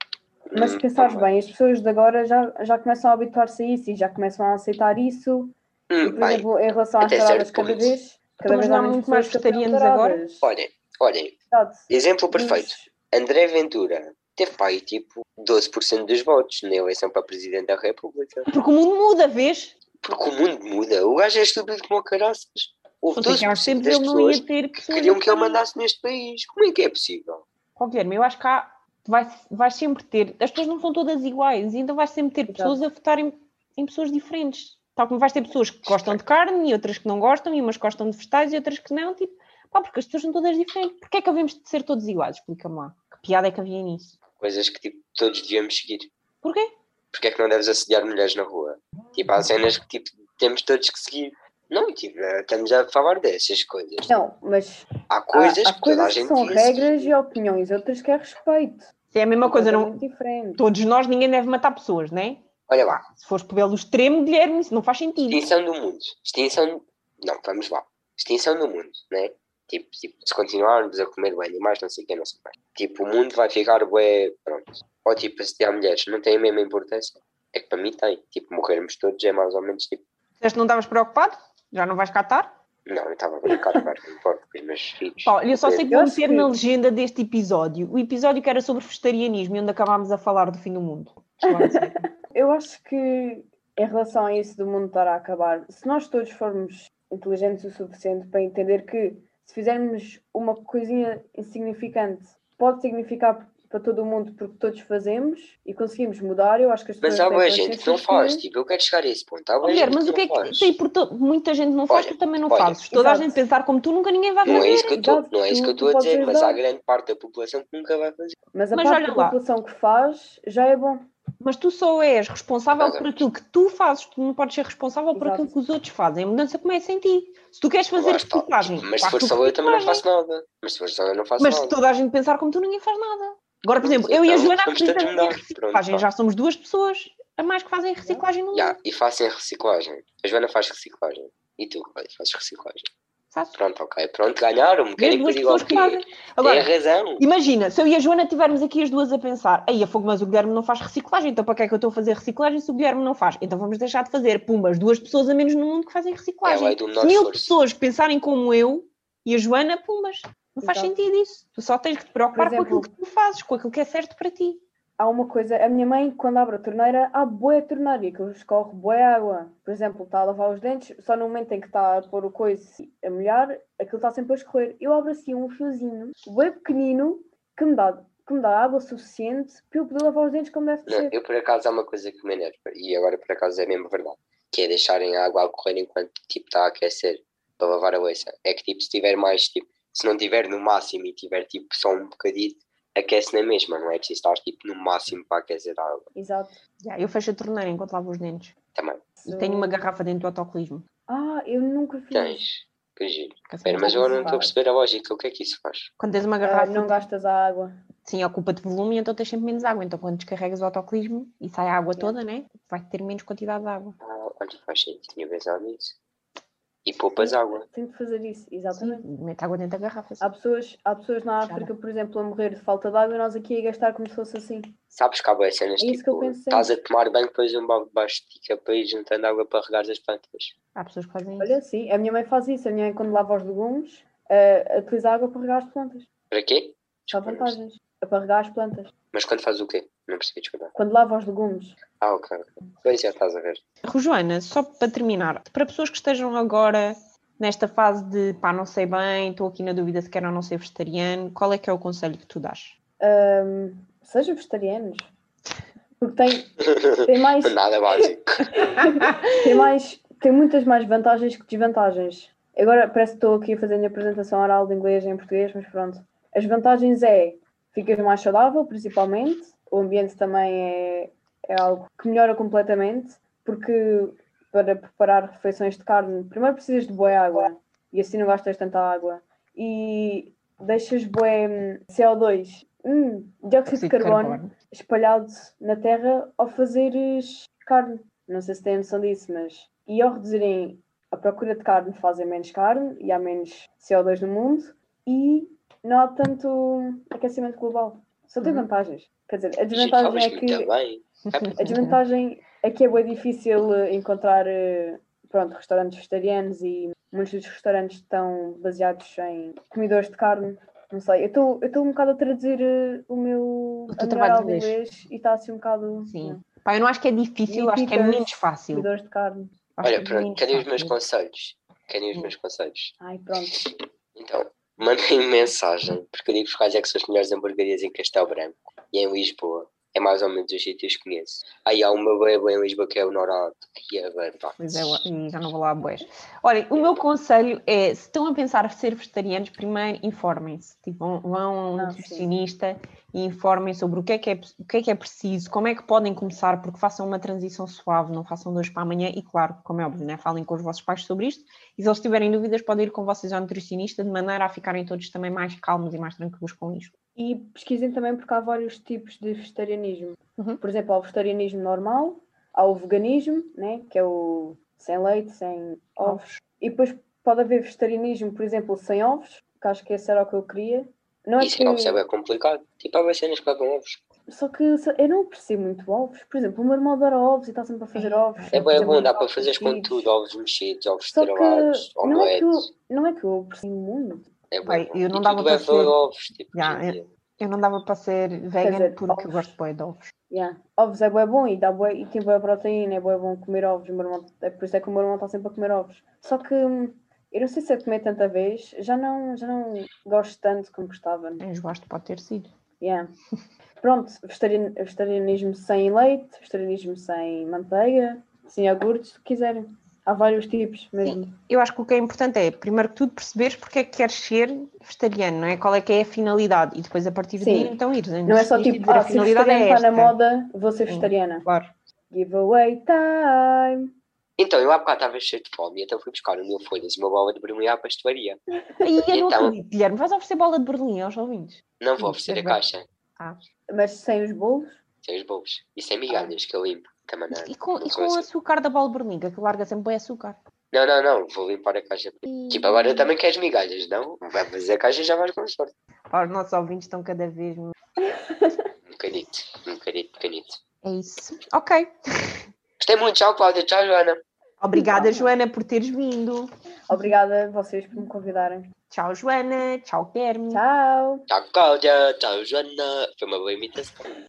C: mas se
D: Hum,
C: pensares
D: tá
C: bem, as pessoas de agora já, já começam a habituar-se a isso e já começam a aceitar isso. E,
D: Hum,
C: por
D: bem,
C: exemplo, em relação às
D: até
C: touradas,
D: certo
C: cada
D: ponto.
C: vez, cada
A: Então, mas
C: vez
A: não
C: há
A: há
C: menos
A: muito mais
C: pessoas que apanham
A: vegetarianos agora?
C: touradas.
D: olhem, olhem,
C: Exato.
D: exemplo
C: Mas-
D: perfeito. André Ventura teve pai tipo 12% dos votos né? na eleição para presidente da República.
A: Porque o mundo muda, vês?
D: Porque o mundo muda. O gajo é estúpido como o caraças. Houve
A: Não sei que há uns
D: 12%
A: tempos
D: das
A: ele não
D: pessoas
A: ia ter
D: que
A: pessoas
D: queriam que ele
A: assim.
D: mandasse neste país. Como é que é possível?
A: Ó, Guilherme, eu acho que há, vai, vai sempre ter. As pessoas não são todas iguais, e então vais sempre ter
C: Exato.
A: pessoas a votarem em pessoas diferentes. Tal como vais ter pessoas que gostam de carne e outras que não gostam, e umas que gostam de vegetais e outras que não. Tipo, pá, porque as pessoas são todas diferentes. Porquê é que havemos de ser todos iguais? Explica-me lá. Que piada é que havia nisso?
D: Coisas que tipo, todos devíamos seguir.
A: Porquê?
D: Porque é que não deves assediar mulheres na rua? Tipo, há cenas que tipo, temos todos que seguir. Não, tipo, eh, estamos a falar dessas coisas.
C: Não, mas
D: Há coisas
C: há, há
D: que toda a
C: coisas que
D: gente
C: são
D: devia seguir.
C: regras e opiniões, outras que é respeito.
A: Se é a mesma coisa, não,
C: Completamente diferente.
A: todos nós, ninguém deve matar pessoas, não é?
D: Olha lá,
A: Se fores pelo extremo, Guilherme, isso não faz sentido.
D: extinção do mundo. Extinção. Não, vamos lá. Extinção do mundo, né? Tipo, tipo se continuarmos a comer bem animais, não sei o que, não sei o que. mais. Tipo, o mundo vai ficar bué. Pronto. Ou tipo, se há mulheres, não tem a mesma importância. É que para mim tem. Tipo, morrermos todos é mais ou menos tipo.
A: Disseste que não estavas preocupado? Já não vais catar?
D: Não, eu estava a brincar agora, não importa, com os meus filhos.
A: Pá, olha, eu só sei que
C: Eu
A: vou
C: acho
A: meter
C: que-
A: na legenda deste episódio o episódio que era sobre vegetarianismo e onde acabámos a falar do fim do mundo.
D: <laughs>
C: Eu acho que em relação a isso do mundo estar a acabar, se nós todos formos inteligentes o suficiente para entender que se fizermos uma coisinha insignificante, pode significar para todo o mundo porque todos fazemos e conseguimos mudar, eu acho que as pessoas
D: Mas há
C: têm
D: boa gente que não
C: consciência é? de
D: faz. Tipo, eu quero chegar a esse ponto. Há boa
A: Mulher,
D: gente
A: mas o que é
D: não
A: que
D: faz.
A: tem por to- muita gente não faz,
D: Olha,
A: tu também não
D: olha,
A: fazes. Toda
C: exato.
A: a gente pensar como tu, nunca ninguém vai fazer.
D: Não é isso que eu estou
C: Exato,
D: não é isso que eu
C: tu- tu
D: estou a
C: podes
D: dizer, mas há
C: ajudar.
D: grande parte da população que nunca vai fazer.
C: Mas a
A: Mas
C: parte
A: olha
C: da
A: lá.
C: população que faz já é bom.
A: Mas tu só és responsável
D: Exato.
A: por aquilo que tu fazes, tu não podes ser responsável por
C: Exato.
A: aquilo que os outros fazem. A mudança começa em ti. Se tu queres fazer
D: Lá
A: as
D: está.
A: tu fazem,
D: Mas
A: faz
D: se for
A: tu
D: só eu
A: que
D: também não
A: fazes.
D: faço nada. Mas se for só eu não faço
A: Mas
D: nada.
A: se toda a gente pensar como tu, ninguém faz nada. Agora, por exemplo, eu e a
D: Então,
A: Joana
D: vamos todos
A: acreditamos em
D: mudar.
A: reciclagem.
D: Pronto,
A: Já somos duas pessoas a mais que fazem reciclagem no mundo.
D: Ya, e fazem reciclagem. A Joana faz reciclagem. E tu, olha, fazes reciclagem.
A: Sabes?
D: Pronto, ok. Pronto, um ganharam.
A: Vês
D: Querem que eu
A: duas
D: diga
A: pessoas
D: o
A: que
D: quê?
A: fazem.
D: Tem
A: Agora,
D: razão.
A: imagina, se eu e a Joana tivermos aqui as duas a pensar, aí a fogo, mas o Guilherme não faz reciclagem, então para que é que eu estou a fazer reciclagem se o Guilherme não faz? Então vamos deixar de fazer. Pumba, as duas pessoas a menos no mundo que fazem reciclagem.
D: É a lei do menor
A: se mil
D: esforço.
A: pessoas pensarem como eu e a Joana, pumbas. Não faz
C: Exato.
A: sentido isso. Tu só tens que te preocupar
C: Por exemplo-
A: com aquilo que tu fazes, com aquilo que é certo para ti.
C: Há uma coisa, a minha mãe, quando abre a torneira, há boa torneira, que eu escorro boa água. Por exemplo, está a lavar os dentes, só no momento em que está a pôr o coice a molhar, aquilo está sempre a escorrer. Eu abro assim um fiozinho, bem pequenino, que me dá, que me dá água suficiente para eu poder lavar os dentes como deve de
D: Não,
A: É.
C: ser.
D: eu por acaso há uma coisa que me enerva. E agora por acaso é mesmo verdade. Que é deixarem a água a correr enquanto tipo está a aquecer para lavar a louça. É que tipo, se tiver mais, tipo, se não tiver no máximo e tiver tipo só um bocadito, aquece na mesma, não é preciso estar tipo no máximo para aquecer a água.
C: Exato.
A: Já, eu fecho a torneira enquanto lavo os dentes.
D: Também.
A: E tenho uma garrafa dentro do autocolismo.
C: Ah, eu nunca fiz.
D: Tens. Que giro.
A: que assim
D: Pera, mas
A: não
D: eu
A: faz
D: não estou a
A: nada.
D: perceber a lógica. O que é que isso faz?
A: Quando tens uma
C: Ah,
A: garrafa,
C: não gastas a água.
A: sim, ocupa-te volume, então tens sempre menos água. Então, quando descarregas o autocolismo e sai a água toda, né? Vai ter menos quantidade de água.
D: Ah, olha, faz sentido. Tinha pensado nisso. E poupas água.
C: Tenho que fazer isso,
A: Sim,
C: exatamente.
A: mete água dentro da garrafa. sim.
C: Há pessoas, há pessoas na
A: Já
C: África, por exemplo, a morrer de falta de água e nós aqui a gastar como se fosse assim.
D: Sabes que há boas cenas
C: É isso que eu
D: tipo,
C: penso
D: estás a tomar banho, depois um balde debaixo de tica para ir juntando água para regar as plantas.
A: Há pessoas que fazem isso.
C: Olha, sim, a minha mãe faz isso. A minha mãe, quando lava os legumes, eh, utiliza água para regar as plantas.
D: Para quê?
C: Só
D: Desculpa, não
C: vantagens. É para regar as plantas.
D: percebi. Mas quando faz o quê? Não percebi, desculpa.
C: Quando lava os legumes.
D: Ah, ok, ok. Pois já estás a ver. <laughs>
A: Joana, só para terminar, para pessoas que estejam agora nesta fase de pá, não sei bem, estou aqui na dúvida se quero ou não ser vegetariano, qual é que é o conselho que tu dás?
C: Ahm, ehm, sejam vegetarianos. Porque tem, tem mais.
D: Nada básico.
C: Tem mais. Tem muitas mais vantagens que desvantagens. Agora parece que estou aqui a fazer a minha apresentação oral de inglês em português, mas pronto. As vantagens é ficas mais saudável, principalmente. O ambiente também é, é algo que melhora completamente, porque para preparar refeições de carne, primeiro precisas de boa água e assim não gastas tanta água. E deixas bué hum, CO2, hum, dióxido de carbono, espalhado na terra ao fazeres carne. Não sei se têm noção disso, mas. E ao reduzirem a procura de carne, fazem menos carne e há menos CO2 no mundo e não há tanto aquecimento global. Só tem
A: Uhum.
C: vantagens. Quer dizer, a
D: Digital,
C: desvantagem
D: mas então,
C: é
D: muito
C: que
D: bem.
A: <laughs>
C: a desvantagem é que é bem difícil eh, encontrar eh, pronto, restaurantes vegetarianos e muitos dos restaurantes estão baseados em comedores de carne. Não sei, eu estou- eu estou um bocado a traduzir eh, o meu
A: O teu
C: a melhor
A: trabalho de
C: aula de inglês e está assim um bocado
A: Sim.
C: né,
A: Pá, eu não acho que é difícil, eu acho que é
C: Dicas.
A: menos fácil.
C: comedores de carne.
A: Acho que
D: Olha,
A: é
D: pronto,
A: menos
D: querem os meus
A: fácil.
D: conselhos? Querem os
A: Hum.
D: meus conselhos?
C: Ai, pronto.
D: Então, <laughs> mandem mensagem, porque eu digo-vos quais é que são as melhores hamburguerias em Castelo Branco e em Lisboa. É mais ou menos os sítios que conheço. Aí há uma boa, boa em Lisboa que é o Norado, que é bem pá.
A: Pois é, e já não vou lá a boés. Olha, o meu conselho é, se estão a pensar em ser vegetarianos, primeiro informem-se. Tipo, vão- vão a um
C: Ah, sim.
A: nutricionista e informem sobre o que, é que é, o que é que é preciso, como é que podem começar, porque façam uma transição suave, não façam dois para amanhã. E claro, como é óbvio, né, falem com os vossos pais sobre isto. E se eles tiverem dúvidas, podem ir com vocês ao nutricionista, de maneira a ficarem todos também mais calmos e mais tranquilos com isto.
C: E pesquisem também porque há vários tipos de vegetarianismo.
A: Uhum.
C: Por exemplo, há o vegetarianismo normal, há o veganismo, né, que é o sem leite, sem ovos. E depois pode haver vegetarianismo, por exemplo, sem ovos, que acho que esse era o que eu queria. Não é
D: Isso
C: que...
D: não percebe, é complicado. Tipo, há vacinas que levam ovos.
C: Só que se- eu não percebo muito ovos. Por exemplo, o meu irmão adora ovos e está sempre a fazer ovos.
D: É bem
C: fazer
D: bom, dá para
C: ovos
D: fazeres com
C: mexidos.
D: tudo, ovos mexidos, ovos
C: Só que
D: estravados,
C: não é que, eu,
D: omeletes.
C: não é que eu percebo muito.
D: É
A: Bem,
D: bem
A: eu não
D: E
A: dava
D: tudo
A: para
D: é
A: ser-
D: ovos, tipo,
A: Já, é.
D: hoje em dia.
A: Eu não dava para ser vegan
C: dizer,
A: porque eu
C: ovos.
A: gosto bué de ovos.
C: Yeah. Ovos é bué bom e, dá bué, e tem boa proteína, é bué bom comer ovos. o meu irmão- é por isso é que o meu irmão está sempre a comer ovos. Só que hum, eu não sei se é comer tanta vez, já não, já não gosto tanto como gostava. né?
A: Enjoaste pode ter sido.
C: Yeah. <laughs> Pronto, vegetarian- vegetarianismo sem leite, vegetarianismo sem manteiga, sem iogurte, se quiserem. Há vários tipos mesmo.
A: eu acho que o que é importante é, primeiro que tudo, perceberes porque é que queres ser vegetariano, não é? Qual é que é a finalidade? E depois, a partir
C: Sim.
A: daí, então ires.
C: Não é só
A: Isto
C: tipo,
A: dizer,
C: ah, se o vegetariano está na moda, vou ser
A: Sim.
C: vegetariana.
A: Claro.
C: Giveaway time!
D: Então, eu há bocado estava cheio de fome e então fui buscar o meu folhas e uma bola de vermelho à pastelaria.
A: E eu não
D: Então-
A: acredito, Guilherme, vais oferecer bola de Berlim aos ouvintes?
D: Não vou
A: Hum, é
D: oferecer a
A: bem.
D: caixa,
C: Mas sem os bolos?
D: sem os bolos. E sem migalhas, que é eu limpo. Também não,
A: Ah. E com,
D: não
A: e
D: sou
A: com o
D: assim.
A: açúcar da bola de Berlim, que larga sempre bem açúcar.
D: Não, não, não, vou limpar a caixa. Tipo, agora também queres migalhas, não? Vai fazer a caixa e já vais com sorte.
A: Pá, Os nossos ouvintes estão cada vez...
D: Um bocadito, um bocadito, um bocadito.
A: É isso. Ok.
D: Gostei muito, tchau Cláudia, tchau Joana.
A: Obrigada,
C: Então.
A: Joana, por teres vindo.
C: Obrigada a vocês por me convidarem.
A: Tchau, Joana. Tchau, Guilherme.
C: Tchau!
D: Tchau Cláudia, tchau Joana. Foi uma boa imitação.